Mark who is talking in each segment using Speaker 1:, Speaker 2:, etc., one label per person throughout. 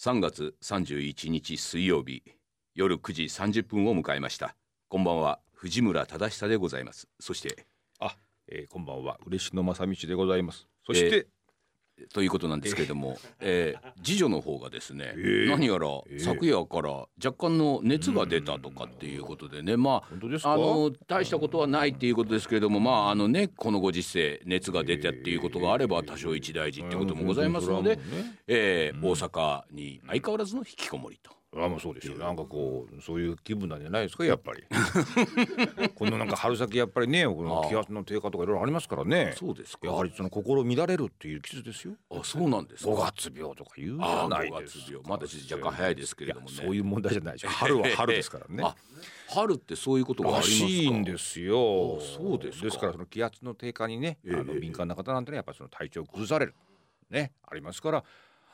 Speaker 1: 3月31日水曜日夜9時30分を迎えましたこんばんは藤村忠久でございますそして
Speaker 2: あ、えー、こんばんは嬉野正道でございますそして、
Speaker 1: ということなんですけれども、えー次女の方がですね、
Speaker 2: えー
Speaker 1: 何やら
Speaker 2: えー
Speaker 1: 昨夜から若干の熱が出たとかっていうことでね、まあ
Speaker 2: 本当ですか
Speaker 1: あの大したことはないっていうことですけれども、まああのねこのご時世熱が出たっていうことがあれば多少一大事ってこともございますので
Speaker 2: それは、もうね
Speaker 1: えー大阪に相変わらずの引きこもりと。
Speaker 2: あまあそうでしょうなんかこうそういう気分なんじゃないですかやっ ぱりこのなんか春先やっぱりねこの
Speaker 1: ああ
Speaker 2: 気圧の低下とかいろいろありますからね
Speaker 1: そうですか
Speaker 2: やはりその心乱れるっていう季節ですよ
Speaker 1: あそうなんですか。
Speaker 2: 五月病とか言うじ
Speaker 1: あ
Speaker 2: ゃ
Speaker 1: あ
Speaker 2: な
Speaker 1: 5
Speaker 2: いです
Speaker 1: 月
Speaker 2: か
Speaker 1: 病まだ若干早いですけれどもね。
Speaker 2: いやそういう問題じゃないでしょ春は春ですから ね
Speaker 1: あ春ってそういうことがあり
Speaker 2: ら
Speaker 1: ますか。
Speaker 2: しいんですよ
Speaker 1: あそうですか
Speaker 2: ですからその気圧の低下にね、あの
Speaker 1: ええ
Speaker 2: 敏感な方なんてねやっぱりその体調を崩されるねありますから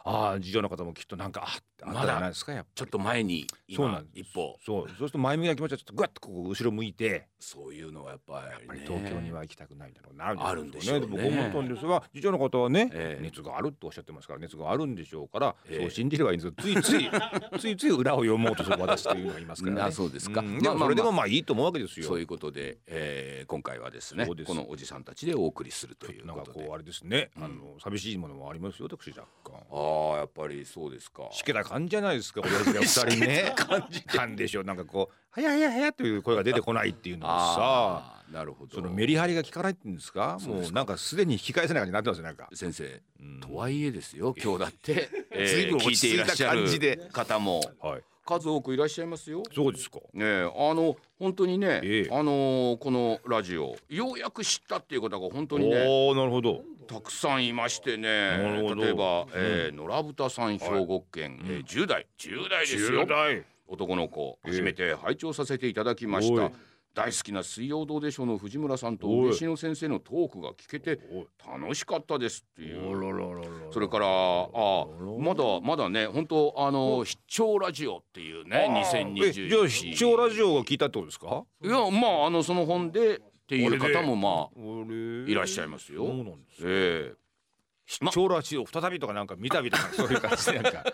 Speaker 2: ああ事情の方もきっとなんかああったんじゃないですかやっぱ
Speaker 1: ちょっと前に
Speaker 2: そうな
Speaker 1: 今
Speaker 2: んです
Speaker 1: 一歩
Speaker 2: そうそうすると前向きな気持ちはちょっとグッとこう後ろ向いて
Speaker 1: そういうのはやっぱ
Speaker 2: やっ
Speaker 1: り
Speaker 2: ぱり
Speaker 1: ね。
Speaker 2: 東京には行きたくないみたいなの
Speaker 1: あ
Speaker 2: がな
Speaker 1: る
Speaker 2: る
Speaker 1: ん
Speaker 2: ん
Speaker 1: で
Speaker 2: で
Speaker 1: し
Speaker 2: し
Speaker 1: ょ
Speaker 2: ょ
Speaker 1: う
Speaker 2: う
Speaker 1: ね
Speaker 2: ね。僕思ったんですが次女の方はね、
Speaker 1: ええ
Speaker 2: 熱があるとおっしゃってますから熱があるんでしょうから、
Speaker 1: ええ
Speaker 2: そう信じればいいんですけどついつ いついつい裏を読もうとする私というのがいますからね。
Speaker 1: あそうですか
Speaker 2: ん
Speaker 1: ま
Speaker 2: で
Speaker 1: あまあまあ
Speaker 2: もそれでもまあいいと思うわけですよ。
Speaker 1: そういうことで、えー、今回はですね
Speaker 2: そうです
Speaker 1: このおじさんたちでお送りするという
Speaker 2: なん
Speaker 1: こ
Speaker 2: か
Speaker 1: と
Speaker 2: こ
Speaker 1: で
Speaker 2: うあれですね、あの寂しいものもありますよ私若干。
Speaker 1: ああやっぱりそうですか
Speaker 2: しけた感じじゃないですか親父が二人 ね。感じなんでしょうなんかこう「はやはやはや」という声が出てこないっていうのもさ。
Speaker 1: あーなるほど
Speaker 2: そのメリハリが効かないっていうんですか
Speaker 1: そうです
Speaker 2: もうなんかすでに引き返せない感じになってますよなんか、
Speaker 1: 先生
Speaker 2: うん
Speaker 1: とはいえですよ今日だ って、え
Speaker 2: 随
Speaker 1: ー、
Speaker 2: 分
Speaker 1: 聞
Speaker 2: 落
Speaker 1: いて
Speaker 2: ち
Speaker 1: い
Speaker 2: 着い
Speaker 1: らったしゃる
Speaker 2: 感じで
Speaker 1: 方も
Speaker 2: はい
Speaker 1: 数多くいらっしゃいますよ。
Speaker 2: そうですか
Speaker 1: ねえあの本当にね、
Speaker 2: ええ
Speaker 1: あのーこのラジオようやく知ったっていう方が本当にね
Speaker 2: おおなるほど
Speaker 1: たくさんいまして
Speaker 2: な
Speaker 1: ね
Speaker 2: るほど
Speaker 1: 例えば、えー、野良豚さん兵庫県、えー、10代10代ですよ
Speaker 2: 10代
Speaker 1: 男の子
Speaker 2: ええ
Speaker 1: 初めて拝聴させていただきました、
Speaker 2: おい
Speaker 1: 大好きな水曜どうでしょうの藤村さんと
Speaker 2: おい
Speaker 1: 嬉野先生のトークが聞けて
Speaker 2: おい
Speaker 1: 楽しかったですってい
Speaker 2: お
Speaker 1: う
Speaker 2: ろろろろ
Speaker 1: それからああまだまだね本当あの必聴ラジオっていうね
Speaker 2: え
Speaker 1: 2021
Speaker 2: じゃあ視聴ラジオが聞いたってことですか
Speaker 1: いやまああのその本でっていう方もまあい
Speaker 2: い
Speaker 1: らっしゃいますよ
Speaker 2: そうなんです
Speaker 1: え
Speaker 2: 視聴ラジオ再びとかなんか見たびとかそういう感じで なんか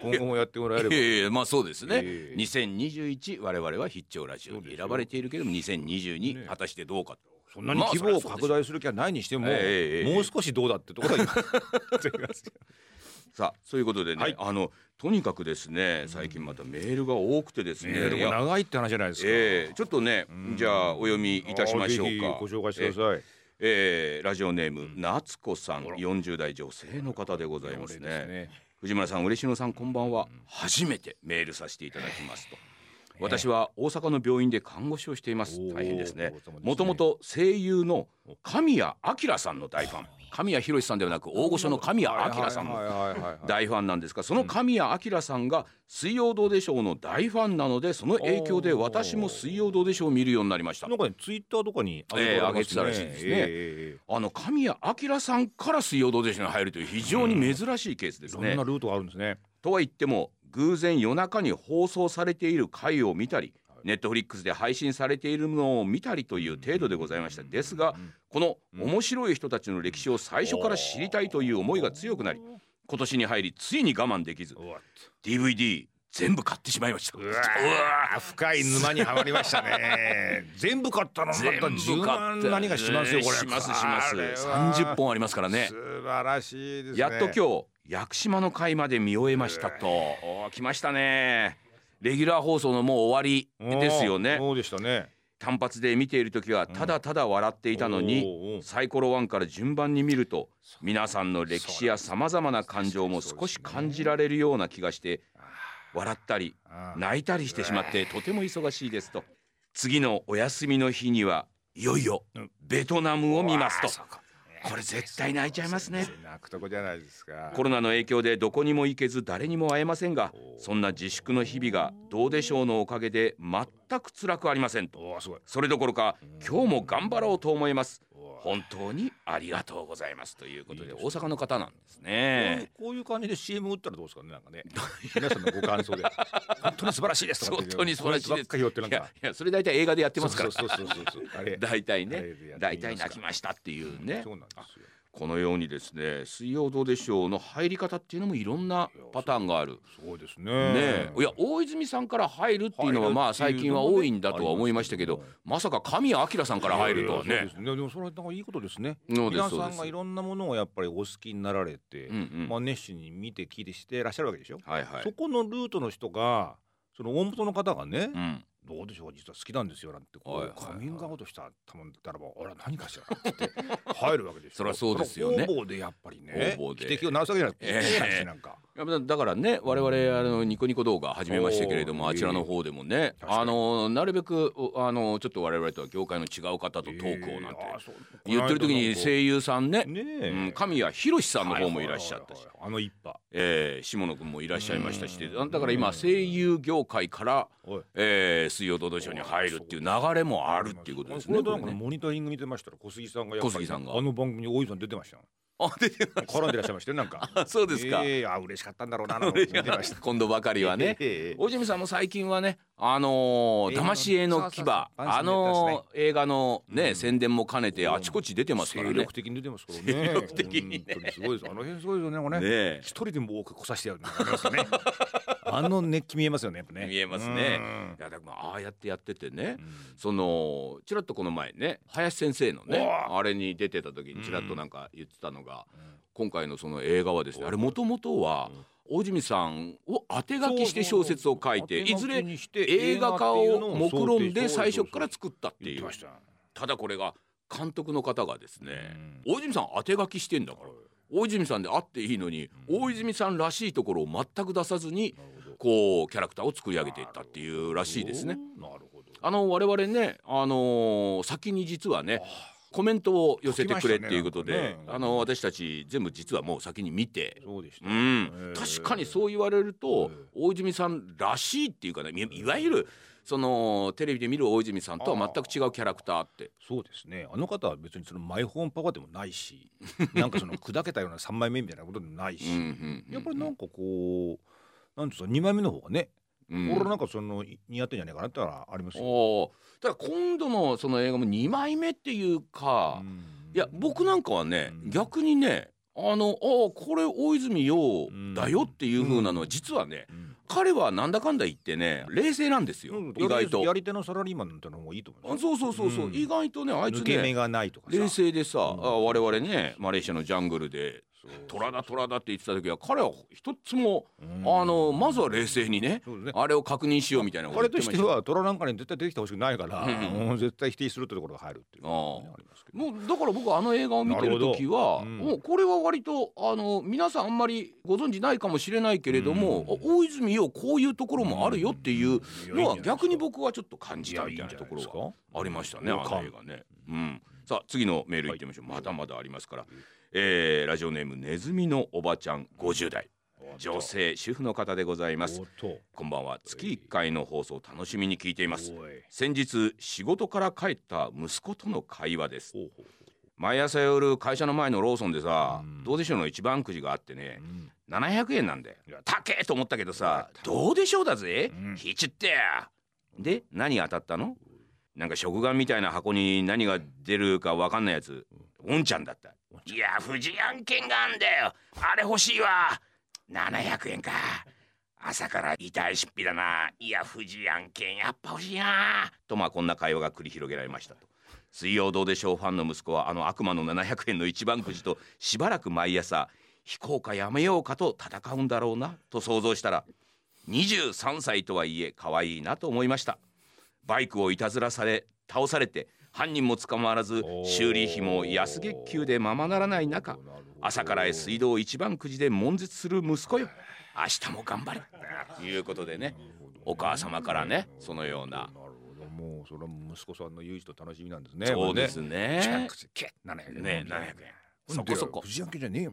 Speaker 2: 今後もやってもらえ
Speaker 1: え
Speaker 2: れば
Speaker 1: ええまあそうですね、
Speaker 2: ええ
Speaker 1: 2021我々は必聴ラジオに選ばれているけども2022
Speaker 2: ね
Speaker 1: 果たしてどうかと
Speaker 2: そんなに規模を拡大する気はないにしても、
Speaker 1: まあそりゃそうでしょうええええええ
Speaker 2: もう少しどうだってところが今
Speaker 1: さあそういうことでね、
Speaker 2: はい
Speaker 1: あのとにかくですね最近またメールが多くてですね、
Speaker 2: メール
Speaker 1: いや
Speaker 2: が長いって話じゃないですか、
Speaker 1: ええちょっとねじゃあお読みいたしましょう
Speaker 2: あーぜ
Speaker 1: か
Speaker 2: ひご紹介してください、
Speaker 1: えーラジオネーム、夏子さん40代女性の方でございますね
Speaker 2: これですね
Speaker 1: 藤村さん嬉野さんこんばんは、初めてメールさせていただきますと、私は大阪の病院で看護師をしています
Speaker 2: おー
Speaker 1: 大変ですね
Speaker 2: お疲れ様ですね
Speaker 1: もともと声優の神谷明さんの大ファン神谷博さんではなく大御所の神谷明さん
Speaker 2: はい
Speaker 1: の
Speaker 2: はいはいはいはい
Speaker 1: 大ファンなんですがその神谷明さんが「水曜どうでしょう」の大ファンなのでその影響で私も「水曜どうでしょう」を見るようになりました
Speaker 2: なんかねツイッターとかに
Speaker 1: ええ
Speaker 2: あ
Speaker 1: 上げてたらしいですね
Speaker 2: ええ
Speaker 1: あの神谷明さんから水曜どうでしょうに入るという非常に珍しいケースで
Speaker 2: い
Speaker 1: す
Speaker 2: ろ
Speaker 1: ね。
Speaker 2: んなルートがあるんですね。
Speaker 1: とは言っても偶然夜中に放送されている回を見たりネットフリックスで配信されているのを見たりという程度でございましたですがこの面白い人たちの歴史を最初から知りたいという思いが強くなり今年に入りついに我慢できず
Speaker 2: うわ
Speaker 1: DVD 全部買ってしまいました
Speaker 2: うわ深い沼にはまりましたね。 全部買ったの
Speaker 1: 全部買
Speaker 2: 10万
Speaker 1: って
Speaker 2: 何がしますよこれ。
Speaker 1: しますします
Speaker 2: あれは
Speaker 1: 30本ありますからね
Speaker 2: 素晴らしいですね。
Speaker 1: やっと今日屋久島の会まで見終えましたと、おー来ましたねレギュラー放送のもう終わりですよね
Speaker 2: おーそうでしたね。
Speaker 1: 単発で見ている時はただただ笑っていたの
Speaker 2: お
Speaker 1: に、
Speaker 2: ーおー
Speaker 1: サイコロ1から順番に見ると皆さんの歴史やさまざまな感情も少し感じられるような気がして笑ったり
Speaker 2: あー
Speaker 1: 泣いたりしてしまってとても忙しいですと次のお休みの日にはいよいよベトナムを見ますと
Speaker 2: うわーそうか
Speaker 1: これ絶対泣いちゃいますね
Speaker 2: 泣くとこじゃないですか。
Speaker 1: コロナの影響でどこにも行けず誰にも会えませんがそんな自粛の日々が「どうでしょう」のおかげで全く辛くありませんと
Speaker 2: おーすごい。
Speaker 1: それどころか今日も頑張ろうと思います
Speaker 2: おー
Speaker 1: 本当にありがとうございますということで大阪の方なんですね
Speaker 2: こういう感じで CM 打ったらどうですかねなんかね皆さんのご感 想で本当に素晴らしいですとかって
Speaker 1: 本当に素晴らしい
Speaker 2: ば
Speaker 1: で
Speaker 2: っ
Speaker 1: す
Speaker 2: かり言ってなん
Speaker 1: いや
Speaker 2: か
Speaker 1: いやそれ大体映画でやって
Speaker 2: そ
Speaker 1: ま
Speaker 2: う
Speaker 1: すか
Speaker 2: そ
Speaker 1: ら
Speaker 2: うそうそうそうあれ
Speaker 1: 大体
Speaker 2: あ
Speaker 1: ね
Speaker 2: れでやってみますから
Speaker 1: 大体泣きましたっていうね
Speaker 2: そうなんですよ
Speaker 1: ここのようにですね「水曜どうでしょう」の入り方っていうのもいろんなパターンがある。
Speaker 2: すごいですね。
Speaker 1: ねえ、いや大泉さんから入るっていうのはまあ最近は多いんだとは思いましたけどまさか神谷明さんから入るとはい
Speaker 2: やいや
Speaker 1: ね
Speaker 2: そうで。すねでもそれはなんかいいことですね。
Speaker 1: そうです
Speaker 2: 皆
Speaker 1: そう
Speaker 2: さ
Speaker 1: で
Speaker 2: ん
Speaker 1: す
Speaker 2: がいろんなものをやっぱりお好きになられて、
Speaker 1: うんうん
Speaker 2: まあ熱心に見て聞いてしてらっしゃるわけでしょ。
Speaker 1: はいは
Speaker 2: そ
Speaker 1: い。
Speaker 2: このルートの人がその大元の方がね、
Speaker 1: うん、
Speaker 2: どうでしょう実は好きなんですよなんてこ
Speaker 1: は
Speaker 2: う、
Speaker 1: いはいはい
Speaker 2: カミングアウトしたたまったらばあら何かしらって言って入るわけでし ょ。
Speaker 1: そりゃそうですよね
Speaker 2: その方々でやっぱりね、
Speaker 1: 方々で
Speaker 2: 奇跡を直すわけじゃなくて、
Speaker 1: ええ
Speaker 2: 奇跡なんですなんか。
Speaker 1: いやだだからね我々あのニコニコ動画始めましたけれども
Speaker 2: おー
Speaker 1: あちらの方でもね
Speaker 2: 確かに
Speaker 1: あのなるべくおあのちょっと我々とは業界の違う方とトークをなんて
Speaker 2: ええあそう
Speaker 1: 言ってる時に声優さんね
Speaker 2: ねえ、
Speaker 1: うん、神谷博さんの方もいらっしゃったし
Speaker 2: はいはいはいはいあの一派
Speaker 1: えー、下野君もいらっしゃいましたしで
Speaker 2: うん
Speaker 1: だから今声優業界から、
Speaker 2: おい
Speaker 1: えー、水曜どうでしょうに入るっていう流れもあるっていうことですね。
Speaker 2: これなん
Speaker 1: こ
Speaker 2: か
Speaker 1: れね
Speaker 2: モニタリング見てましたら小杉さんがやっぱり
Speaker 1: 小杉さんが
Speaker 2: あの番組に大泉さん出てましたよ。
Speaker 1: あ出てます
Speaker 2: 絡んでらっしゃいましたよなんか。
Speaker 1: そうですか
Speaker 2: ええあ嬉しかったんだろう ななんて思ってました。
Speaker 1: 今度ばかりはね。
Speaker 2: ええ
Speaker 1: 大泉さんも最近はね、あのー、
Speaker 2: 映画の
Speaker 1: 騙し絵の牙、
Speaker 2: そうそうそう
Speaker 1: あのー映画のね、
Speaker 2: うん
Speaker 1: 宣伝も兼ねて、あちこち出てますから
Speaker 2: 精
Speaker 1: ね。
Speaker 2: 力的に出てますからね。
Speaker 1: 精力的にね
Speaker 2: 本当にすごいです。あの辺すごいですよね。これ
Speaker 1: ね
Speaker 2: ね。
Speaker 1: え
Speaker 2: 一人でも多く来させてやるのがあります よね。あの熱気見えますよね。やっぱね。
Speaker 1: 見えますね。いや、だからまあ、ああやってやっててね
Speaker 2: うん。。
Speaker 1: そのちらっとこの前ね林先生のね
Speaker 2: うわ
Speaker 1: あれに出てた時にちらっとなんか言ってたのが、今回のその映画はですねあれもともとは大泉さんを当て書きして小説を書いていずれ映画化を目論んで最初から
Speaker 2: っ
Speaker 1: 作ったって
Speaker 2: 言
Speaker 1: い
Speaker 2: って
Speaker 1: う
Speaker 2: ました。
Speaker 1: ただこれが監督の方がですね大泉さん当て書きしてんだから大泉さんであっていいのに大泉さんらしいところを全く出さずに
Speaker 2: なるほど。
Speaker 1: こうキャラクターを作り上げていったっていうらしいですね。
Speaker 2: なるほど。
Speaker 1: あの我々ね、あのー先に実はねコメントを寄せてくれっていうことで、
Speaker 2: 書きましたねなんかね
Speaker 1: あの私たち全部実はもう先に見て。
Speaker 2: そうでした
Speaker 1: う
Speaker 2: ね。
Speaker 1: ん、確かにそう言われると
Speaker 2: ええ
Speaker 1: 大泉さんらしいっていうかねいいわゆるそのテレビで見る大泉さんとは全く違うキャラクターって
Speaker 2: そうですね。あの方は別にそのマイホームパワーでもないし、なんかその砕けたような三枚目みたいなことでもない
Speaker 1: うんう
Speaker 2: し、
Speaker 1: んうん
Speaker 2: やっぱりなんかこう、なんですか二枚目の方がね、
Speaker 1: うん
Speaker 2: 俺なんかその似合ってんじゃないかなってのはありますよ。
Speaker 1: おーただ今度のその映画も2枚目っていうか、いや僕なんんかはね、
Speaker 2: うん
Speaker 1: 逆にねあのあーこれ大泉洋だよっていう風なのは、
Speaker 2: うん
Speaker 1: 実はね
Speaker 2: うん、
Speaker 1: 彼はなんだかんだ言ってね冷静なんですよ、
Speaker 2: うん
Speaker 1: 意外と
Speaker 2: やり手のサラリーマンなんてのもいいと思い
Speaker 1: あ
Speaker 2: ます。
Speaker 1: そうそうそうそう、
Speaker 2: うん
Speaker 1: 意外とねあいつ
Speaker 2: 抜け目
Speaker 1: ね
Speaker 2: がないとかさ。
Speaker 1: 冷静でさ、
Speaker 2: うん
Speaker 1: あ我々ねマレーシアのジャングルで「虎だ虎だ」って言ってた時は彼は一つも、あのまずは冷静にね、
Speaker 2: そうですね。
Speaker 1: あれを確認しようみたいなこと
Speaker 2: 彼と
Speaker 1: 言っ
Speaker 2: して
Speaker 1: ま
Speaker 2: て
Speaker 1: したよ
Speaker 2: は虎なんかに絶対出てきてほしくないから、
Speaker 1: うん
Speaker 2: もう絶対否定するってところが入るっていうのがね、
Speaker 1: あ
Speaker 2: ありますけど。
Speaker 1: もうだから僕はあの映画を見てる時は、
Speaker 2: なるほどうん
Speaker 1: もうこれは割とあの皆さんあんまりご存知ないかもしれないけれども、
Speaker 2: う
Speaker 1: 大泉洋こういうところもあるよっていうのは逆に僕はちょっと感じたみたいなところはありましたね、あの映画ね。うん、さあ次のメールいってみましょう、まだまだありますから、えーラジオネームネズミのおばちゃん50代女性主婦の方でございますこんばんは月1回の放送楽しみに聞いています先日仕事から帰った息子との会話です毎朝夜会社の前のローソンでさ、
Speaker 2: うん
Speaker 1: どうでしょうの一番くじがあってね700円なんだよ
Speaker 2: いや
Speaker 1: 高えと思ったけどさ
Speaker 2: 高い
Speaker 1: どうでしょうだぜ、
Speaker 2: うん
Speaker 1: ひちってやで何当たったのなんか食玩みたいな箱に何が出るかわかんないやつおんちゃんだったいや富士案件があんだよあれ欲しいわ700円か朝から痛い出費だないや富士案件やっぱ欲しいなとまあこんな会話が繰り広げられましたと水曜どうでしょうファンの息子はあの悪魔の700円の一番くじとしばらく毎朝非行かやめようかと戦うんだろうなと想像したら23歳とはいえ可愛いなと思いましたバイクをいたずらされ倒されて犯人も捕まらず修理費も安月給でままならない中朝から水道一番くじで悶絶する息子よ明日も頑張れということでねお母様からねそのような
Speaker 2: なるほどもうそれは息子さんの唯一の楽しみなんですね
Speaker 1: そうです
Speaker 2: 近
Speaker 1: ね
Speaker 2: くでケッ700円
Speaker 1: ね700円そこそこ
Speaker 2: 富士案件じゃねえよ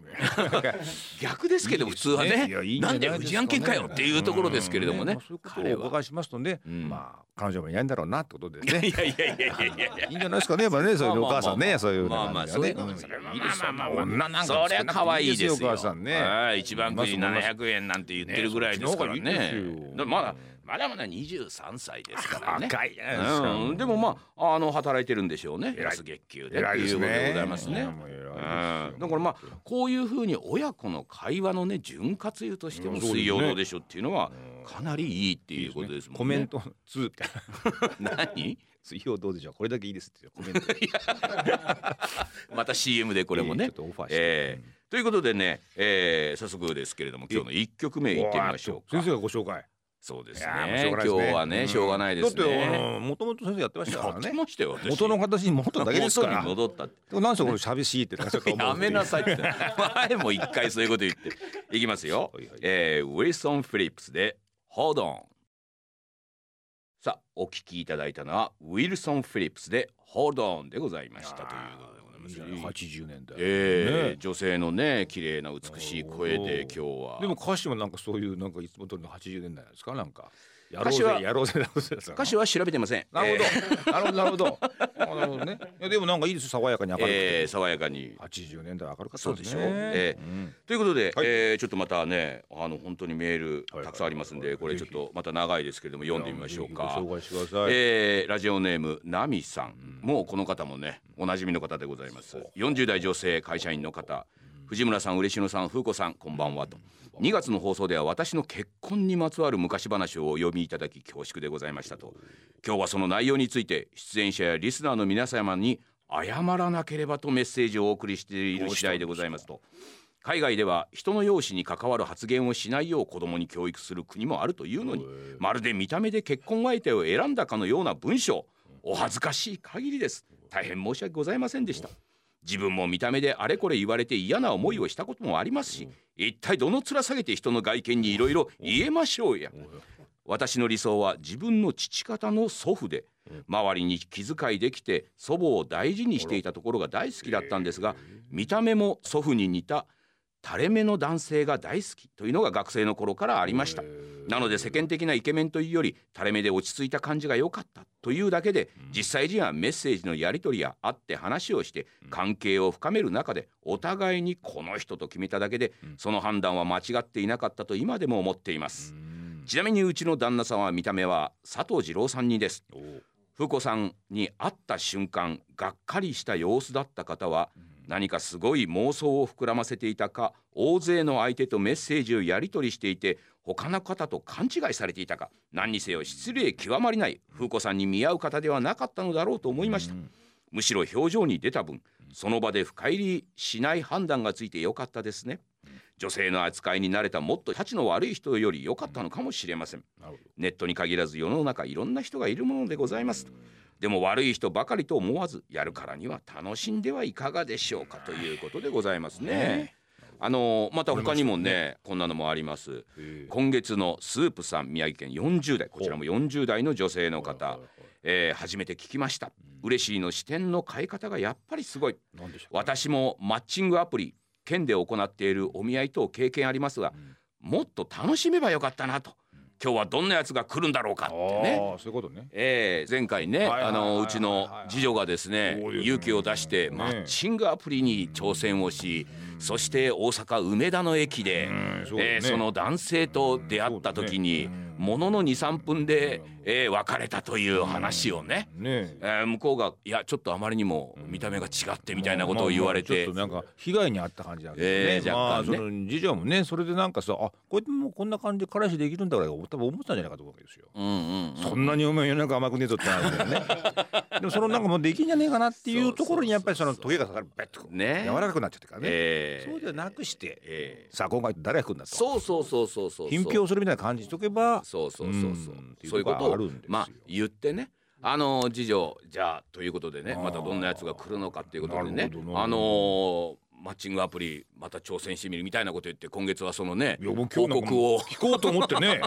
Speaker 1: 逆ですけど普通はねなんで藤案件かよっていうところですけれどもね
Speaker 2: そういうこと
Speaker 1: 彼
Speaker 2: をお伺
Speaker 1: はい
Speaker 2: しますとね
Speaker 1: うん
Speaker 2: まあ彼女もいないんだろうなってことでね
Speaker 1: いやいやいやいやいや
Speaker 2: いいんじゃないですかね、やっぱね、そういうお母
Speaker 1: まあま
Speaker 2: さん
Speaker 1: あまあ
Speaker 2: ね、そういう
Speaker 1: まあまあそういうの
Speaker 2: の
Speaker 1: も
Speaker 2: が
Speaker 1: そ
Speaker 2: ね
Speaker 1: れ
Speaker 2: うん
Speaker 1: はい
Speaker 2: い
Speaker 1: ま
Speaker 2: で
Speaker 1: あ
Speaker 2: す
Speaker 1: まあ
Speaker 2: よ
Speaker 1: まあ
Speaker 2: 女なんか
Speaker 1: そりゃ可愛いですよ
Speaker 2: お母さんね。
Speaker 1: はい一番くじ
Speaker 2: いますいます
Speaker 1: 700円なんて言ってるぐらいですからね
Speaker 2: ねそっちの方がいいですよ
Speaker 1: だまだまだまだ23歳ですからね
Speaker 2: 若いじゃないですか。
Speaker 1: うん、でもまああの働いてるんでしょうね
Speaker 2: 偉い
Speaker 1: 安月給でって
Speaker 2: 偉
Speaker 1: い
Speaker 2: いで
Speaker 1: う
Speaker 2: す
Speaker 1: こと
Speaker 2: ね。
Speaker 1: でございますね
Speaker 2: うんもう偉いですよ
Speaker 1: えだからまあこういうふうに親子の会話のね潤滑油として
Speaker 2: う
Speaker 1: も
Speaker 2: んそうですね
Speaker 1: 水曜どうでしょうっていうのはかなりいいっていうことですもんね。
Speaker 2: コメントツ ーみたいな
Speaker 1: 何？
Speaker 2: 水曜どうでしょうこれだけいいですっていうコメント
Speaker 1: また CM でこれも
Speaker 2: ち
Speaker 1: ね
Speaker 2: ょっ。とオファーして、
Speaker 1: えーということでね、えー早速ですけれども今日の一曲目いってみましょう
Speaker 2: わ
Speaker 1: か
Speaker 2: ー先生。がご紹介
Speaker 1: そうで
Speaker 2: い
Speaker 1: す
Speaker 2: やーもう
Speaker 1: ね。今
Speaker 2: し
Speaker 1: 日
Speaker 2: ょうがないですね
Speaker 1: はね、しょうがないです
Speaker 2: んだって
Speaker 1: ね。
Speaker 2: あのもともと先生やってましたか
Speaker 1: や
Speaker 2: ら
Speaker 1: って
Speaker 2: ね
Speaker 1: ましたよ。私
Speaker 2: 元の形に戻っただけですから
Speaker 1: 元に戻ったって。
Speaker 2: なんせこのしゃべしってなんかちょっと思う
Speaker 1: やめなさいって前も一回そういうこと言っていきますよ、
Speaker 2: はいはい
Speaker 1: えーウィルソン・フィリップスで「Hold On」さあお聞きいただいたのはウィルソン・フィリップスで「Hold On」でございましたということでございます
Speaker 2: 八十年代、
Speaker 1: えー
Speaker 2: ね
Speaker 1: 女性のね綺麗な美しい声で今日は
Speaker 2: でも歌詞もなんかそういうなんかいつも通りの八十年代なんですかなんかやろう
Speaker 1: 歌詞は
Speaker 2: ぜやろうぜやろうぜですか
Speaker 1: 歌詞は調べてません
Speaker 2: な
Speaker 1: え
Speaker 2: る
Speaker 1: ー
Speaker 2: ほど、なるほどなるほどあなるほどねいやでもなんかいいです爽やかに明るく
Speaker 1: え
Speaker 2: て
Speaker 1: ー爽やかに
Speaker 2: 八十、80年代明るかった
Speaker 1: そう
Speaker 2: で
Speaker 1: です
Speaker 2: ね
Speaker 1: しょえー
Speaker 2: うん
Speaker 1: ということで、
Speaker 2: はい
Speaker 1: えーちょっとまたねあの本当にメー
Speaker 2: は
Speaker 1: ル
Speaker 2: い
Speaker 1: たくさんありますんでこれちょっとまた長いですけれども読んでみましょうか
Speaker 2: ぜひご紹介してください、
Speaker 1: えーラジオネームナミさん、もうこの方もねおなじみの方でございます40代女性会社員の方藤村さん嬉野さん風子さんこんばんはと2月の放送では私の結婚にまつわる昔話をお読みいただき恐縮でございましたと今日はその内容について出演者やリスナーの皆様に謝らなければとメッセージをお送りしている次第でございますと海外では人の容姿に関わる発言をしないよう子供に教育する国もあるというのにまるで見た目で結婚相手を選んだかのような文章お恥ずかしい限りです大変申し訳ございませんでした自分も見た目であれこれ言われて嫌な思いをしたこともありますし一体どの面下げて人の外見にいろいろ言えましょうや私の理想は自分の父方の祖父で周りに気遣いできて祖母を大事にしていたところが大好きだったんですが見た目も祖父に似た垂れ目の男性が大好きというのが学生の頃からありましたなので世間的なイケメンというより垂れ目で落ち着いた感じが良かったというだけで実際にはメッセージのやり取りや会って話をして関係を深める中でお互いにこの人と決めただけでその判断は間違っていなかったと今でも思っていますちなみにうちの旦那さんは見た目は佐藤二郎さんにです風子さんに会った瞬間がっかりした様子だった方は何かすごい妄想を膨らませていたか大勢の相手とメッセージをやり取りしていて他の方と勘違いされていたか何にせよ失礼極まりない風子さんに見合う方ではなかったのだろうと思いました、むしろ表情に出た分その場で深入りしない判断がついてよかったですね女性の扱いに慣れたもっと立ちの悪い人より良かったのかもしれません
Speaker 2: なるほ
Speaker 1: ネットに限らず世の中いろんな人がいるものでございますでも悪い人ばかりと思わずやるからには楽しんではいかがでしょうかということでございますね。あのまた他にもねこんなのもあります
Speaker 2: どへー
Speaker 1: 今月のスープさん宮城県40代こちらも40代の女性の方、えー初めて聞きました嬉しいの視点の変え方がやっぱりすごい
Speaker 2: なんでしょ
Speaker 1: 私もマッチングアプリ県で行っているお見合い等経験ありますが、もっと楽しめばよかったなと今日はどんなやつが来るんだろうかっ
Speaker 2: う
Speaker 1: てね
Speaker 2: あーそういうことね
Speaker 1: えー前回ね、
Speaker 2: はいはいはい
Speaker 1: あ
Speaker 2: はい
Speaker 1: のうちの次女がですね
Speaker 2: そうですね
Speaker 1: 勇気を出して
Speaker 2: ね
Speaker 1: マッチングアプリに挑戦をし、そして大阪梅田の駅で、
Speaker 2: うんそうだね
Speaker 1: えーその男性と出会った時に、
Speaker 2: うんそうだね
Speaker 1: ものの23分で、えー別れたという話をね、
Speaker 2: ね
Speaker 1: えー向こうがいやちょっとあまりにも見た目が違ってみたいなことを言われて、
Speaker 2: まあまあちょっとなんか被害に遭った感じなんですね,、
Speaker 1: ええ
Speaker 2: まあ、
Speaker 1: 若干ね
Speaker 2: その次女もねそれでなんかさあこれでもうこんな感じで彼氏できるんだから多分思ってたんじゃないかと思うわけですよ、
Speaker 1: うんうんうん
Speaker 2: そんなにお前世の中甘くねえぞってなるんだよね でもそのなんかもうできんじゃねえかなっていうところにやっぱりそのトゲがかかるベッとこう
Speaker 1: ね
Speaker 2: 柔らかくなっちゃってからね、
Speaker 1: えー
Speaker 2: そうじゃなくして、
Speaker 1: え
Speaker 2: さあ今回誰が来るんだと
Speaker 1: そうそうそうそうそうそう
Speaker 2: 品評するみたいな感じにしとけば
Speaker 1: そうそうそうそう
Speaker 2: うん
Speaker 1: そういうことを
Speaker 2: っていうことがあるんですよ
Speaker 1: まあ言ってねあのー次女じゃあということでね
Speaker 2: あー
Speaker 1: またどんなやつが来るのかっていうことで
Speaker 2: な
Speaker 1: ね
Speaker 2: るほどな
Speaker 1: あのーマッチングアプリまた挑戦してみるみたいなこと言って今月はそのね
Speaker 2: いやもう
Speaker 1: 報
Speaker 2: 今日なんか
Speaker 1: 告を
Speaker 2: 聞こうと思って ね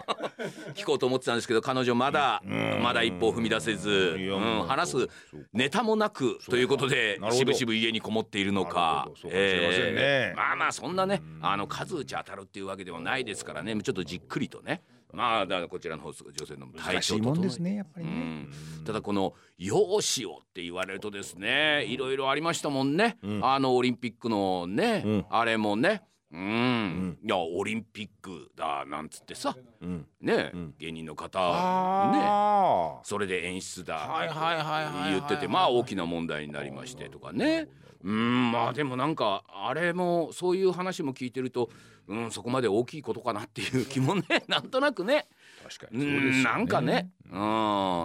Speaker 1: 聞こうと思ってたんですけど彼女まだまだ一歩踏み出せず、
Speaker 2: いや
Speaker 1: う
Speaker 2: も
Speaker 1: ん、
Speaker 2: う
Speaker 1: 話す
Speaker 2: そうか
Speaker 1: ネタもなくということで
Speaker 2: なるほ
Speaker 1: し
Speaker 2: ど
Speaker 1: ぶしぶ家にこもっているの
Speaker 2: な
Speaker 1: か
Speaker 2: るほどそうかもしれませんね
Speaker 1: えーまあまあそんなねあの数打ち当たるっていうわけでもないですからねちょっとじっくりとねまあだからこちらの方女性の体
Speaker 2: 難し
Speaker 1: 調
Speaker 2: いもん
Speaker 1: 整
Speaker 2: で
Speaker 1: え
Speaker 2: す
Speaker 1: て
Speaker 2: ねやっぱり
Speaker 1: う
Speaker 2: ね、
Speaker 1: んただこの容姿をって言われるとですねいろいろありましたもんね、あのオリンピックのね、あれもねうん、いやオリンピックだなんつってさ
Speaker 2: うん、
Speaker 1: ね、
Speaker 2: うん
Speaker 1: 芸人の
Speaker 2: あ
Speaker 1: 方ね
Speaker 2: あ
Speaker 1: それで演出だ、
Speaker 2: はいはいはいはいはい
Speaker 1: 言っててまあ大きな問題になりましてとかねうんまあでもなんかあれもそういう話も聞いてるとうんそこまで大きいことかなっていう気もね なんとなくね
Speaker 2: 確か
Speaker 1: う
Speaker 2: にそうですよ
Speaker 1: んなんかねうん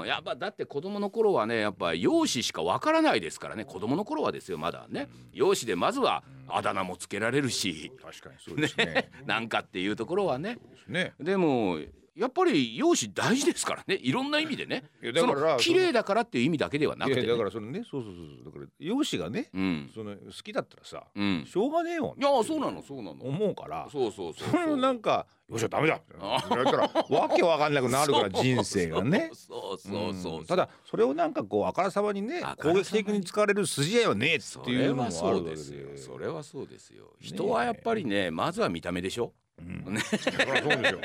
Speaker 1: やっぱだって子供の頃はねやっぱ容姿しかわからないですからね子供の頃はですよまだね容姿でまずはあだ名もつけられるし
Speaker 2: 確かにそうですねね
Speaker 1: なんかっていうところはね
Speaker 2: ね
Speaker 1: でもやっぱり容姿大事ですからねいろんな意味でね
Speaker 2: いやだ
Speaker 1: そ
Speaker 2: から
Speaker 1: の綺麗だからっていう意味だけではないくて、
Speaker 2: や
Speaker 1: ね、
Speaker 2: だからそのねそうそうそうそうだから容姿がね、
Speaker 1: うん
Speaker 2: その好きだったらさ、
Speaker 1: うん
Speaker 2: しょうがねえもん
Speaker 1: いやそうなのそうなの
Speaker 2: 思うから
Speaker 1: そうそうそう
Speaker 2: それをなんか「よっしゃダメだ」って言われたらわけわかんなくなるから人生がね。
Speaker 1: そうそうそうそう、
Speaker 2: うんただそれをなんかこうあからさまにね
Speaker 1: あからさま
Speaker 2: 攻
Speaker 1: に
Speaker 2: 撃的に使われる筋合いはねえっ
Speaker 1: そ
Speaker 2: てい
Speaker 1: れ
Speaker 2: うのもあ
Speaker 1: は
Speaker 2: るわ
Speaker 1: そう
Speaker 2: けで
Speaker 1: ですよそれはそうですよ人はやっぱりねまずは見た目でしょ
Speaker 2: うん
Speaker 1: ね
Speaker 2: そりゃそうで しょ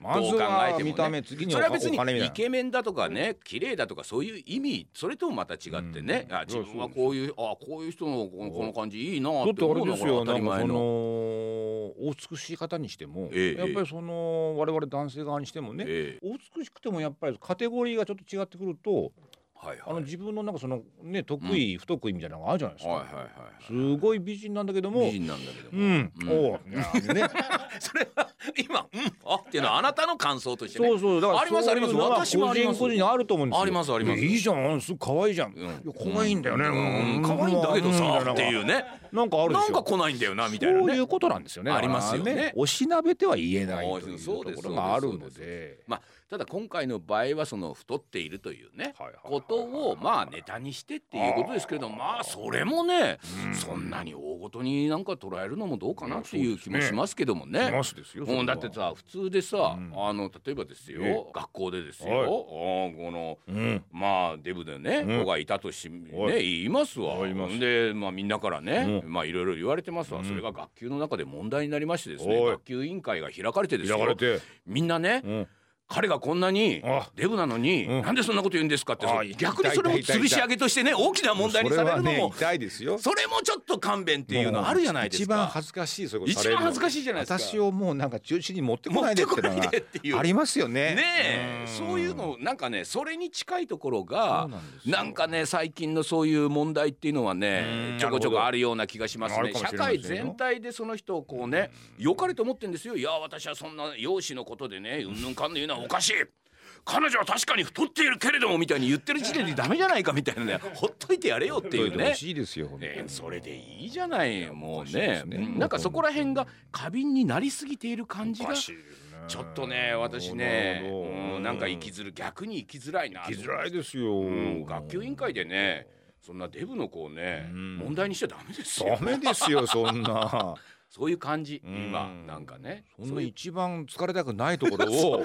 Speaker 2: まず
Speaker 1: どう考え
Speaker 2: は
Speaker 1: てもね
Speaker 2: 見た目次に
Speaker 1: そ
Speaker 2: お
Speaker 1: れは
Speaker 2: 金
Speaker 1: 別
Speaker 2: みたい
Speaker 1: にイ
Speaker 2: な
Speaker 1: ケメンだとかね綺麗だとかそういう意味それともまた違ってね、
Speaker 2: うん
Speaker 1: あ自分はこういうあこういう人のこのこの感じいいな
Speaker 2: だっ
Speaker 1: って
Speaker 2: てあ
Speaker 1: 思
Speaker 2: れ
Speaker 1: うの
Speaker 2: で
Speaker 1: が
Speaker 2: すよ
Speaker 1: 当た
Speaker 2: な
Speaker 1: り
Speaker 2: んかそ
Speaker 1: 前
Speaker 2: の
Speaker 1: の。
Speaker 2: お美しい方にしても、
Speaker 1: ええ
Speaker 2: やっぱりその我々男性側にしてもね、
Speaker 1: え
Speaker 2: お美しくてもやっぱりカテゴリーがちょっと違ってくると、
Speaker 1: えはい
Speaker 2: あの
Speaker 1: はい
Speaker 2: 自分のなんかそのね得意、不得意みたいなのがあるじゃないですか、
Speaker 1: はいはいはい
Speaker 2: すごい美人なんだけども
Speaker 1: 美人なんだけど
Speaker 2: う
Speaker 1: も、
Speaker 2: ん、
Speaker 1: うん
Speaker 2: おういやね
Speaker 1: それは今「うんあ」っていうのはあなたの感想としてね
Speaker 2: そうそうだから
Speaker 1: あります
Speaker 2: そういうのは
Speaker 1: あります私もあります
Speaker 2: 個人個人あると思うんですよ
Speaker 1: ありますあります
Speaker 2: いやいいじゃんすごい可愛いじゃん、
Speaker 1: うん
Speaker 2: いや可愛いんだよね、
Speaker 1: う
Speaker 2: うん
Speaker 1: ん可愛いんだけどさっていううね
Speaker 2: んなんかあるで
Speaker 1: な
Speaker 2: し
Speaker 1: ん
Speaker 2: ょ
Speaker 1: か来ないんだよなみたいな
Speaker 2: そうい
Speaker 1: ね
Speaker 2: うことなんですよね
Speaker 1: ありますよね
Speaker 2: だからおしなべては言えないというと
Speaker 1: そうです
Speaker 2: ころがある
Speaker 1: そ
Speaker 2: の
Speaker 1: うですそう
Speaker 2: で
Speaker 1: まあただ今回の場合はその太っているというね
Speaker 2: はいはいはいは
Speaker 1: こ
Speaker 2: い
Speaker 1: とをまあネタにしてっていうことですけれどもまあそれもねそんなに大ごとになんか捉えるのもどうかなっていう気もしますけどもね
Speaker 2: い。ますですよそれ
Speaker 1: も
Speaker 2: は
Speaker 1: うだってさ普通でさ、
Speaker 2: うん
Speaker 1: あの例えばですよ、
Speaker 2: え
Speaker 1: 学校でですよ、
Speaker 2: は
Speaker 1: あ
Speaker 2: い
Speaker 1: ーこの
Speaker 2: うん
Speaker 1: まあデブでね、
Speaker 2: うん
Speaker 1: 子がいたとしね
Speaker 2: はい
Speaker 1: 言いますわ
Speaker 2: はいいます
Speaker 1: でまあみんなからね、
Speaker 2: う
Speaker 1: まあいろいろ言われてますわ、
Speaker 2: うん
Speaker 1: それが学級の中で問題になりましてですね
Speaker 2: はい
Speaker 1: 学級委員会が開かれてです
Speaker 2: 開かれ
Speaker 1: よ
Speaker 2: て、
Speaker 1: みんなね、
Speaker 2: うん、
Speaker 1: 彼がこんなに
Speaker 2: あ
Speaker 1: デブなのに、
Speaker 2: うん
Speaker 1: なんでそんなこと言うんですかって
Speaker 2: あ
Speaker 1: そう
Speaker 2: 痛い
Speaker 1: 逆にそれも
Speaker 2: 痛い痛い
Speaker 1: 吊るし上げとしてね大きな問題にされるのもそ
Speaker 2: そ
Speaker 1: れ,、
Speaker 2: はね痛いですよ
Speaker 1: もちょっと勘弁っていうのあるじゃないです
Speaker 2: もう一番
Speaker 1: か。
Speaker 2: 恥ずかしいそういうこと
Speaker 1: 一
Speaker 2: される
Speaker 1: 番恥ずかしいじゃないですか。
Speaker 2: 私をもうなんか中心に持ってこないでっての
Speaker 1: 持ってこな
Speaker 2: が
Speaker 1: いでっていう
Speaker 2: ありますよね。
Speaker 1: ねえ
Speaker 2: ん
Speaker 1: そういうのなんかねそれに近いところが
Speaker 2: そうなんですよ
Speaker 1: なんかね最近のそういう問題っていうのはね
Speaker 2: うん
Speaker 1: ちょこちょこあるような気がします
Speaker 2: な
Speaker 1: ね
Speaker 2: るほど
Speaker 1: 社会全体でその人をこうね良かれと思ってんですよいや私はそんな容姿のことでねうんぬんかんぬん言うのはおかしい彼女は確かに太っているけれどもみたいに言ってる時点でダメじゃないかみたいなねほっといてやれよって
Speaker 2: 解
Speaker 1: い
Speaker 2: いうてほ
Speaker 1: ね
Speaker 2: しいですよ。本当に
Speaker 1: えーそれでいいじゃないもう
Speaker 2: しいで
Speaker 1: ね
Speaker 2: すね
Speaker 1: うんなんかそこら辺が過敏になりすぎている感じ
Speaker 2: お
Speaker 1: が
Speaker 2: かしいですね
Speaker 1: ちょっとね私ね
Speaker 2: なるほど
Speaker 1: うんなんか生きづる逆に生きづらいなと
Speaker 2: 生きづらいですよ。
Speaker 1: うん学級委員会でねそんなデブの子をね
Speaker 2: うん
Speaker 1: 問題にしちゃダメですよ
Speaker 2: ダメですよそんな。
Speaker 1: そういう感じ
Speaker 2: うん
Speaker 1: 今なんかね
Speaker 2: そん
Speaker 1: う
Speaker 2: な
Speaker 1: いう
Speaker 2: 一番疲れたくないと ころを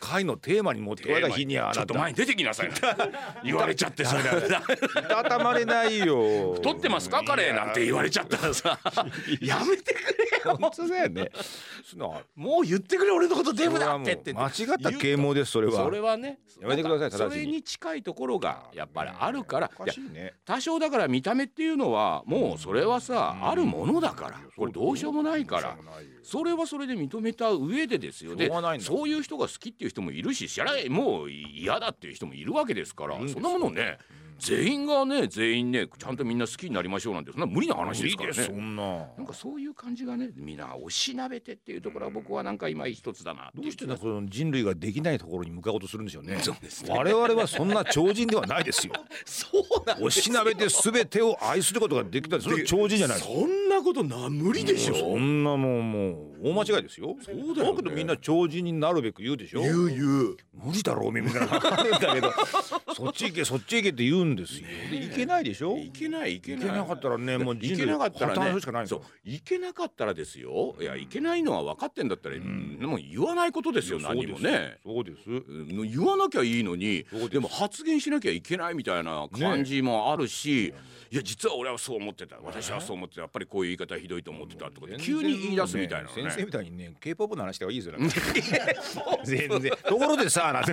Speaker 2: 会のテーマに持ってこられた日にはあ
Speaker 1: ちょっ
Speaker 2: な
Speaker 1: と
Speaker 2: た
Speaker 1: 前に出てきなさ いなんて言われちゃってさ
Speaker 2: いたたまれないよ。
Speaker 1: 太ってますか彼なんて言われちゃったらさ やめてくれよ
Speaker 2: 本当だよね。そんな
Speaker 1: もう言ってくれ俺のことデブだってって
Speaker 2: それはもう間違った啓蒙ですそれは。
Speaker 1: それはね
Speaker 2: やめてくださ
Speaker 1: なんか
Speaker 2: い直ちに
Speaker 1: それに近いところがやっぱりあるから
Speaker 2: お
Speaker 1: い
Speaker 2: か
Speaker 1: や
Speaker 2: しいね。
Speaker 1: 多少だから見た目っていうのはもうそれはさ、あるものだからこれどうしようもないから
Speaker 2: どうしようもないよ
Speaker 1: それはそれで認めた上でですよで
Speaker 2: しょうがないんだ
Speaker 1: そういう人が好きっていう人もいるし知らないもう嫌だっていう人もいるわけですから
Speaker 2: いるんで
Speaker 1: そ
Speaker 2: すよ
Speaker 1: んなものね全員がね全員ねちゃんとみんな好きになりましょうなんてそんな無理な話ですから
Speaker 2: いいそ
Speaker 1: ね。
Speaker 2: んな。
Speaker 1: なんかそういう感じがねみんなおしなべてっていうところは僕はなんか今一つだな
Speaker 2: どうして
Speaker 1: だ
Speaker 2: ねその人類ができないところに向かおうとするんでしょうね。
Speaker 1: そうですね
Speaker 2: 我々はそんな超人ではないですよ。
Speaker 1: そうなん
Speaker 2: おしなべて全てを愛することができたそれは超人じゃない。
Speaker 1: そんなことな無理でしょ
Speaker 2: そんなもんもう大間違いですよ。そう
Speaker 1: だよね
Speaker 2: けどみんな超人になるべく言うでしょ。
Speaker 1: う言う
Speaker 2: 無理だろおめえみたいなわかんねえんだけど、そっち行けそっち行けって言うんですよ。で行けないでしょ。
Speaker 1: いけないいけ
Speaker 2: 行
Speaker 1: ない
Speaker 2: けなかったらねもう
Speaker 1: い
Speaker 2: 人
Speaker 1: け
Speaker 2: 類
Speaker 1: なかったら
Speaker 2: 破綻す
Speaker 1: ね
Speaker 2: るしかないんだ
Speaker 1: そう
Speaker 2: よ
Speaker 1: いけなかったらですよいやいけないのは分かってんだったら、もう言わないことですよ何もね
Speaker 2: そうです。
Speaker 1: うん言わなきゃいいのに
Speaker 2: そうです
Speaker 1: でも発言しなきゃいけないみたいな感じもあるし、いや実は俺はそう思ってた私はそう思ってたやっぱりこういう言い方ひどいと思ってたとかって急に言い出すみたいなのね
Speaker 2: 全先生みたいにね K-POP の話ではいいですよなんか 全然ところでさなんて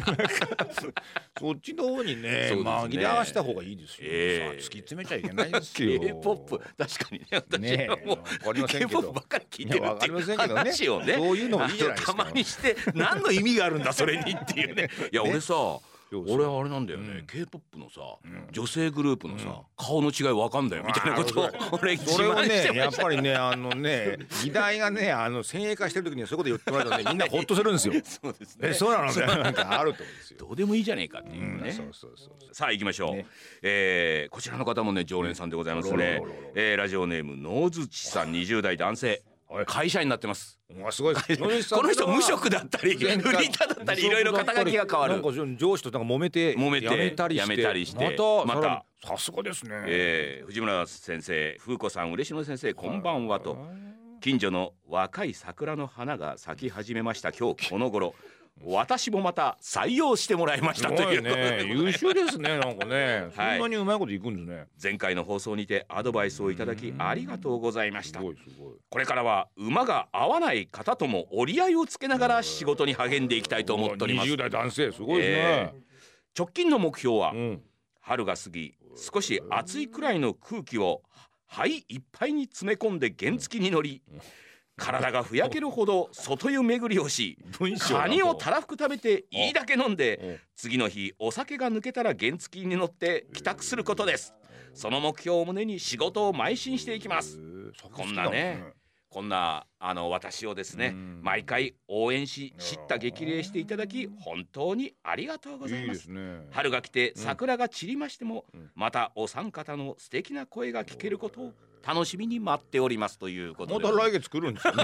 Speaker 2: そっちの方にね
Speaker 1: そうですね
Speaker 2: 紛らわした方がいいですよ、
Speaker 1: ええ
Speaker 2: さ突き詰めちゃいけないですよ
Speaker 1: K-POP 確かにね私
Speaker 2: ね
Speaker 1: は
Speaker 2: え
Speaker 1: もう
Speaker 2: わかりませんけど
Speaker 1: K-POP ばっかり聞いてる
Speaker 2: いやわ
Speaker 1: っ
Speaker 2: か
Speaker 1: て
Speaker 2: りま
Speaker 1: い
Speaker 2: せ
Speaker 1: うん
Speaker 2: けどね
Speaker 1: 話をね
Speaker 2: そういうのもいいじゃないですか
Speaker 1: あのたまにして何の意味があるんだそれにっていう ねいや俺さ
Speaker 2: そうそう
Speaker 1: 俺あれなんだよね、
Speaker 2: うん
Speaker 1: K-POP のさ、
Speaker 2: ん
Speaker 1: 女性グループのさ、
Speaker 2: うん
Speaker 1: 顔の違いわかんだよみたいなことを
Speaker 2: あー
Speaker 1: 俺自
Speaker 2: それを
Speaker 1: 慢して
Speaker 2: ね
Speaker 1: ま
Speaker 2: やっ
Speaker 1: した
Speaker 2: ぱりねあのね議題がねあの先鋭化してる時にはそういうこと言ってもらう とねみんなほっとするんですよ
Speaker 1: そうですね
Speaker 2: えそうなのみたいななんかあると思うんですよ、
Speaker 1: どうでもいいじゃねえかって
Speaker 2: う
Speaker 1: いうね、
Speaker 2: ん、そうそうそうそう
Speaker 1: さあ行きましょう、
Speaker 2: ね
Speaker 1: えーこちらの方もね常連さんでございますね
Speaker 2: うんあらららら、
Speaker 1: えーラジオネーム野槌さん20代男性
Speaker 2: はい
Speaker 1: 会社員になってます
Speaker 2: うわすごいです
Speaker 1: この人無職だったりフリ
Speaker 2: 前回
Speaker 1: ーターだったりいろいろ肩書きが変わ
Speaker 2: な
Speaker 1: る
Speaker 2: んか上司となんか揉めて
Speaker 1: 揉めて
Speaker 2: やめたりして
Speaker 1: やめたりして
Speaker 2: また
Speaker 1: また
Speaker 2: さらにさすがですね、
Speaker 1: えー藤村先生風子さん嬉野先生こんばんはと近所の若い桜の花が咲き始めました今日この頃私もまた採用してもらいまし
Speaker 2: す
Speaker 1: たと
Speaker 2: ご
Speaker 1: い
Speaker 2: いう
Speaker 1: ことで
Speaker 2: ね優秀ですねなんかね、
Speaker 1: はい
Speaker 2: そんなにうまいこといくんですね
Speaker 1: 前回の放送にてアドバイスをいただきありがとうございまし
Speaker 2: す
Speaker 1: た
Speaker 2: ごいすごい
Speaker 1: これからは馬が合わない方とも折り合いをつけながら仕事に励んでいきたいと思っております
Speaker 2: 20代男性すごいですね、
Speaker 1: 直近の目標は
Speaker 2: うん
Speaker 1: 春が過ぎ少し暑いくらいの空気を肺いっぱいに詰め込んで原付に乗 り体がふやけるほど外湯巡りをし
Speaker 2: 文章
Speaker 1: カニをたらふく食べていいだけ飲んで
Speaker 2: うん
Speaker 1: 次の日お酒が抜けたら原付に乗って帰宅することですその目標を胸に仕事を邁進していきますこんなねこんなあの私をですね
Speaker 2: うん
Speaker 1: 毎回応援し叱咤激励していただき本当にありがとうござい
Speaker 2: いい
Speaker 1: ま
Speaker 2: ですすね
Speaker 1: 春が来て桜が散りましても、
Speaker 2: うん
Speaker 1: またお三方の素敵な声が聞けることを楽しみに待っておりますということ
Speaker 2: ま
Speaker 1: で
Speaker 2: た来月来るんです よね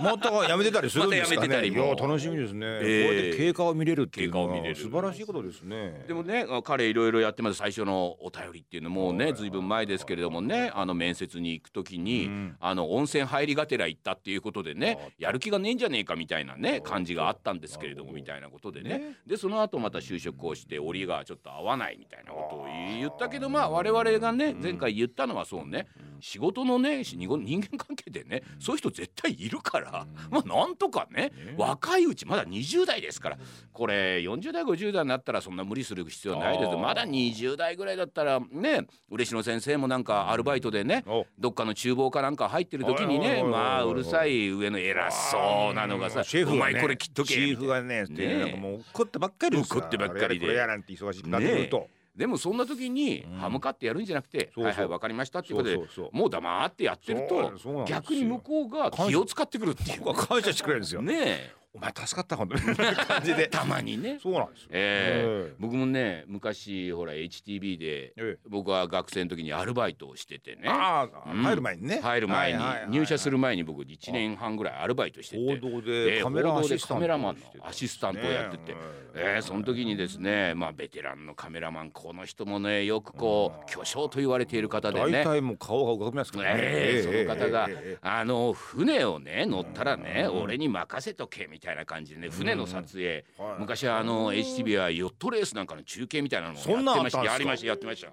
Speaker 2: またやめてたりするんですか
Speaker 1: ま
Speaker 2: ね
Speaker 1: たやめてたり
Speaker 2: い
Speaker 1: も
Speaker 2: や楽しみですね、こう
Speaker 1: え
Speaker 2: やって経過を見れるっていうの
Speaker 1: 経過を見れ
Speaker 2: は
Speaker 1: る
Speaker 2: 素晴らしいことですね
Speaker 1: でもね彼いろいろやってます最初のお便りっていうのもねずいぶん前ですけれどもねあの面接に行く時に、
Speaker 2: うん
Speaker 1: あの温泉入りがてら行ったっていうことでねやる気がねえんじゃねえかみたいなね感じがあったんですけれどもみたいなことでねでその後また就職をして折がちょっと合わないみたいなことを言ったけどまあ我々がね前回言ったのはそうね仕事のねし人間人間関係でねそういう人絶対いるからまあなんとかね若いうちまだ20代ですからこれ40代50代になったらそんな無理する必要ないですよ
Speaker 2: あー
Speaker 1: まだ20代ぐらいだったらね嬉野先生もなんかアルバイトでね
Speaker 2: お
Speaker 1: どっかの厨房かなんか入ってる時に
Speaker 2: はいはい
Speaker 1: ね
Speaker 2: はいはい
Speaker 1: まあうるさい上の偉そうなのがさ
Speaker 2: シ
Speaker 1: 「
Speaker 2: ェ
Speaker 1: お
Speaker 2: フがね
Speaker 1: 前これ切っとけ」
Speaker 2: シェフがね
Speaker 1: みたいな
Speaker 2: なんかもう怒ってばっかりですから
Speaker 1: 怒ってばっかりで
Speaker 2: あれやこれやなんて忙しくなってくると、
Speaker 1: でもそんな時に
Speaker 2: うん
Speaker 1: 歯向かってやるんじゃなくて「
Speaker 2: そうそう
Speaker 1: はいはい分かりました」っていうこ
Speaker 2: そう
Speaker 1: とで
Speaker 2: そうそう
Speaker 1: もう黙ってやってると
Speaker 2: そうなんですよ
Speaker 1: 逆に向こうが気を使ってくるっていう
Speaker 2: 僕は感謝してくれるんですよ、
Speaker 1: ねえ
Speaker 2: お前助かった本当にみたいな感じで
Speaker 1: たまに ね。
Speaker 2: そうなんですよ、
Speaker 1: ええ
Speaker 2: え
Speaker 1: 僕もね昔ほら HTB で
Speaker 2: え
Speaker 1: 僕は学生の時にアルバイトをしててね
Speaker 2: ああ、
Speaker 1: うん
Speaker 2: 入る前にね
Speaker 1: 入る前に
Speaker 2: はいはいはい
Speaker 1: 入社する前に僕1年半ぐらいアルバイトして
Speaker 2: 報
Speaker 1: て
Speaker 2: 道で
Speaker 1: ええ
Speaker 2: カメラアシスタ
Speaker 1: 報道でカ
Speaker 2: ント
Speaker 1: メラマンのアシスタントをやってて、
Speaker 2: ね
Speaker 1: えー、その時にですね、まあ、ベテランのカメラマンこの人もねよくこう巨匠と言われている方で
Speaker 2: 大
Speaker 1: ね。
Speaker 2: 体もう顔が浮かびますからね、
Speaker 1: ええその方が、
Speaker 2: ええええ
Speaker 1: あの船をね乗ったらね、俺に任せとけみたいな感じでね船の撮影、
Speaker 2: はい
Speaker 1: 昔あの HTB はヨットレースなんかの中継みたいなのを
Speaker 2: そんなん
Speaker 1: や
Speaker 2: あ
Speaker 1: って
Speaker 2: った
Speaker 1: ました
Speaker 2: んですか
Speaker 1: やりましたやってました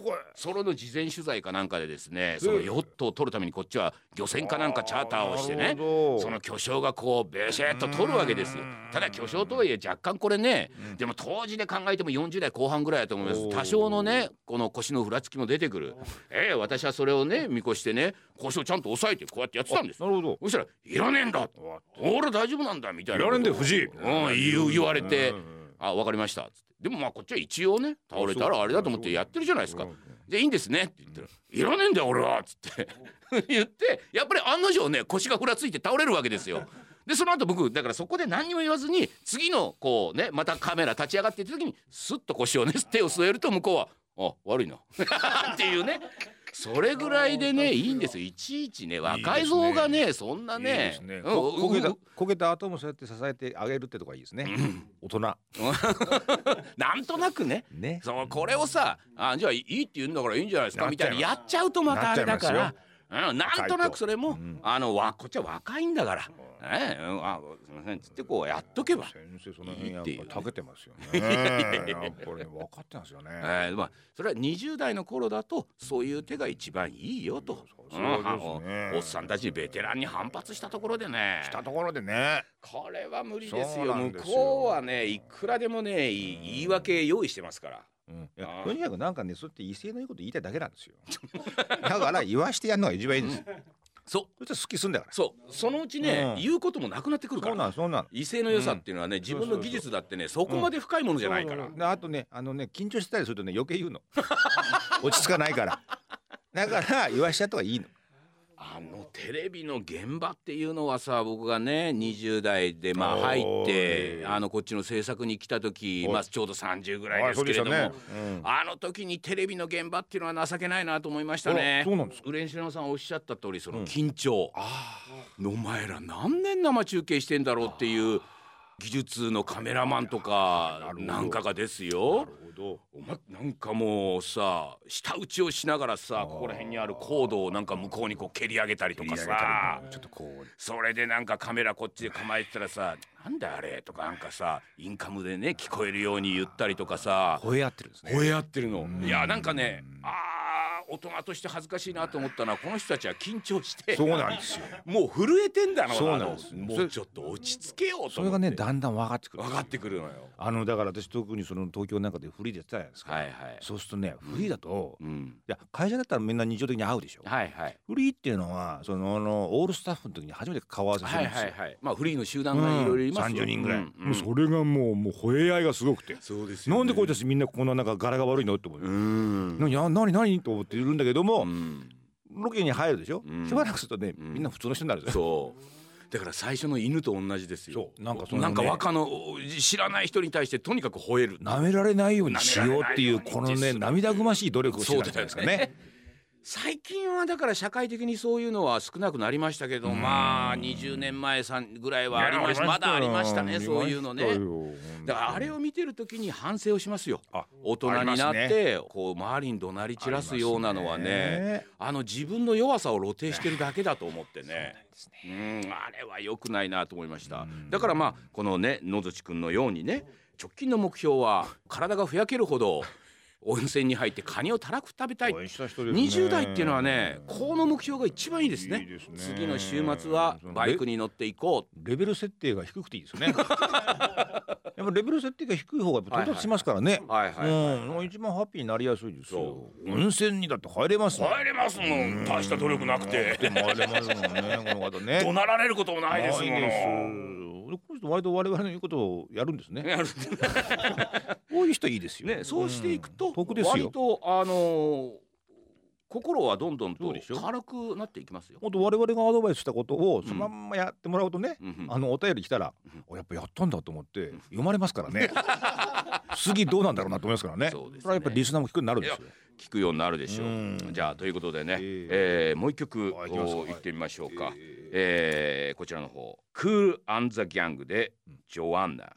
Speaker 2: ほい
Speaker 1: それの事前取材かなんかでですねそのヨットを撮るためにこっちは漁船かなんかチャーターをして
Speaker 2: な
Speaker 1: ね
Speaker 2: るほど
Speaker 1: その巨匠がこうベシェッと撮るわけですよただ巨匠とはいえ若干これねでも当時で考えても40代後半ぐらいだと思います
Speaker 2: おー
Speaker 1: 多少のねこの腰のふらつきも出てくるええ私はそれをね見越してね腰をちゃんと押さえてこうやってやってたんです
Speaker 2: なるほど
Speaker 1: そしたら「いらねえんだ
Speaker 2: うわ
Speaker 1: 俺大丈夫なんだ」みたいな
Speaker 2: やれんで藤井
Speaker 1: うん、言う言われて
Speaker 2: うんうん
Speaker 1: 「あ分かりました」つってでもまあこっちは一応ね倒れたらあれだと思ってやってるじゃないですか
Speaker 2: うん
Speaker 1: 「でいいんですね」って言ったら「いらねえんだよ俺は」つって 言ってやっぱり案の定ね腰がふらついて倒れるわけですよ。でその後僕だからそこで何にも言わずに次のこうねまたカメラ立ち上がっていった時にスッと腰をね手を据えると向こうは「あ悪いな」 っていうねそれぐらいでねいいんですよいちいちね若い像がねそんなね
Speaker 2: いいですね。
Speaker 1: うん
Speaker 2: こ焦げ
Speaker 1: う
Speaker 2: た
Speaker 1: う
Speaker 2: 焦げた後もそうやって支えてあげるってとこがいい ですね。大人
Speaker 1: なんとなくね
Speaker 2: ね。
Speaker 1: そうこれをさあじゃあいいって言うんだからいいんじゃないですか
Speaker 2: なっ
Speaker 1: み
Speaker 2: ちゃ
Speaker 1: た
Speaker 2: い
Speaker 1: い
Speaker 2: ます
Speaker 1: にやっちゃうとまたあれだか
Speaker 2: なっちゃい
Speaker 1: ら
Speaker 2: ま
Speaker 1: うん、なんとなくそれも、
Speaker 2: 若いとうん
Speaker 1: あのわこっちは若いんだから、ねえうんあすみませんっつってこうやっとけば、
Speaker 2: 先生その辺やっ
Speaker 1: いいっていうね
Speaker 2: ぱたけてますよね。やっぱりね分かってますよね。
Speaker 1: えーまあ、それは20代の頃だとそういう手が一番いいよと、
Speaker 2: そう
Speaker 1: うん
Speaker 2: そうですね
Speaker 1: おっさんたちベテランに反発したところでね
Speaker 2: したところでね。
Speaker 1: これは無理です
Speaker 2: そう
Speaker 1: よ
Speaker 2: な
Speaker 1: 向
Speaker 2: んですよ
Speaker 1: こうはねいくらでもねい
Speaker 2: うん
Speaker 1: 言い訳用意してますから
Speaker 2: うんいや
Speaker 1: あー
Speaker 2: とにかくなんかねそうやって威勢のいいこと言いたいだけなん ですよだから言わしてやるのが一番いいんですよ
Speaker 1: そう
Speaker 2: そしたら好きすんだから
Speaker 1: そうそのうちね、
Speaker 2: うん
Speaker 1: 言うこともなくなってくるか
Speaker 2: そうな
Speaker 1: ら
Speaker 2: のそうなの
Speaker 1: 威勢の良さっていうのはね、自分の技術だってねそこまで深いものじゃないから、
Speaker 2: であとねあのね緊張してたりするとね余計言うの 落ち着かないからだから言わしちゃった方がいいの
Speaker 1: あのテレビの現場っていうのはさ僕がね20代でまあ入っ
Speaker 2: お
Speaker 1: て
Speaker 2: い
Speaker 1: あのこっちの制作に来た時、
Speaker 2: おい
Speaker 1: まあ、ちょうど30ぐらいですけれども、
Speaker 2: あそうでしたねうん
Speaker 1: あの時にテレビの現場っていうのは情けないなと思いました
Speaker 2: あ
Speaker 1: ね
Speaker 2: ら。そうなんです
Speaker 1: ウレンシノさんおっしゃった通りその緊張、お前ら何年生中継してんだろうっていう技術のカメラマンとかなんかがですよ。お前なんかもうさ舌打ちをしながらさここら辺にあるコードをなんか向こうにこう蹴り上げたりとかさ
Speaker 2: ちょっとこ
Speaker 1: それでなんかカメラこっちで構えてたらさ「なんだあれ?」とかなんかさインカムでね聞こえるように言ったりとかさ
Speaker 2: う吠え合ってるんですね
Speaker 1: 吠え合ってるのいやなんかねあー大人として恥ずかしいなと思ったのはこの人たちは緊張して
Speaker 2: そうなんですよ
Speaker 1: もう震えてんだろ
Speaker 2: そ
Speaker 1: な
Speaker 2: うなん
Speaker 1: と
Speaker 2: です
Speaker 1: もうちょっと落ち着けようと
Speaker 2: それ
Speaker 1: 思
Speaker 2: が
Speaker 1: っ
Speaker 2: ね
Speaker 1: て
Speaker 2: だんだん分かってくる
Speaker 1: 分かってくるのよ。
Speaker 2: あのだから私特にその東京なんかでフリーでやってたじゃないですか、
Speaker 1: はいはい
Speaker 2: そうするとねフリーだと、い
Speaker 1: うん
Speaker 2: や会社だったらみんな日常的に会うでしょ、
Speaker 1: はいはい
Speaker 2: フリーっていうのはそのあのオールスタッフの時に初めて顔合わせするん
Speaker 1: はい
Speaker 2: ですよ、
Speaker 1: はいはい。まあフリーの集団
Speaker 2: う
Speaker 1: がいろいろい
Speaker 2: ん
Speaker 1: ますよ。
Speaker 2: 30人ぐらい、
Speaker 1: うんうん
Speaker 2: もうそれがもうもう吠え合いがすごくて、
Speaker 1: そうですよね
Speaker 2: なんでこいつたちみんなこんななんか柄が悪いのって思う、
Speaker 1: うん
Speaker 2: なにあ何何と思っているんだけども、
Speaker 1: うん
Speaker 2: ロケに入るでしょ、
Speaker 1: うん
Speaker 2: しばらくするとね、
Speaker 1: うん
Speaker 2: みんな普通の人になるんですよ
Speaker 1: そう。だから最初の犬と同じですよ。
Speaker 2: そうなんかそのね
Speaker 1: なんか若の知らない人に対してとにかく吠える。
Speaker 2: 舐められないようにしようってい
Speaker 1: 舐められないよ
Speaker 2: う
Speaker 1: うに
Speaker 2: この
Speaker 1: 実
Speaker 2: ね
Speaker 1: 践
Speaker 2: 涙ぐましい努力をしてたんじゃないですか
Speaker 1: そうだ
Speaker 2: ね
Speaker 1: 最近はだから社会的にそういうのは少なくなりましたけど、まあ20年前さんぐらいはありました。まだありましたね。そういうのね。だからあれを見てる時に反省をしますよ
Speaker 2: あ
Speaker 1: 大人になっ
Speaker 2: あります
Speaker 1: てこう周りに怒鳴り散らすようなのは
Speaker 2: あります
Speaker 1: ね
Speaker 2: ね
Speaker 1: あの自分の弱さを露呈してるだけだと思ってねうんあれは良くないなと思いましただからまあこのね野槌くんのようにね直近の目標は体がふやけるほど温泉に入ってカニをたらく食べたい20代っていうのはねこの目標が一番いいですね
Speaker 2: いいですね
Speaker 1: 次の週末はバイクに乗っていこう
Speaker 2: レベル設定が低くていい ですよねやっぱレベル設定が低い方がやっぱ到達しますからね、
Speaker 1: はいはいはい
Speaker 2: うん、一番ハッピーになりやすいですよ
Speaker 1: そ。
Speaker 2: 温泉にだって入れますもん。
Speaker 1: 帰れますもん大した努力なくて
Speaker 2: でも入れますもんね、この方ね。
Speaker 1: 怒鳴られることもないですも
Speaker 2: ない
Speaker 1: の。
Speaker 2: ですこの人割と我々の言うことをやるんですね。こういう人いいですよ。
Speaker 1: ね、そうしていくと、
Speaker 2: うん得ですよ
Speaker 1: 割とあのー心はどんどん
Speaker 2: そ
Speaker 1: と
Speaker 2: うでしょ
Speaker 1: 軽くなっていきますよ。
Speaker 2: 本当我々がアドバイスしたことをそのまんまやってもらうとね、
Speaker 1: うん
Speaker 2: あのお便り来たら、おやっぱやったんだと思って読まれます からね。次どうなんだろうなと思いますからね。
Speaker 1: そうですね
Speaker 2: れはやっぱりリスナーも聞くようになるんですよ。
Speaker 1: 聞くようになるでしょう。
Speaker 2: うん
Speaker 1: じゃあということでね、
Speaker 2: えー
Speaker 1: えーもう一曲
Speaker 2: あいきますか
Speaker 1: お行ってみましょうか。
Speaker 2: えー
Speaker 1: えーこちらの方、クールアンザギャングでジョアンナ。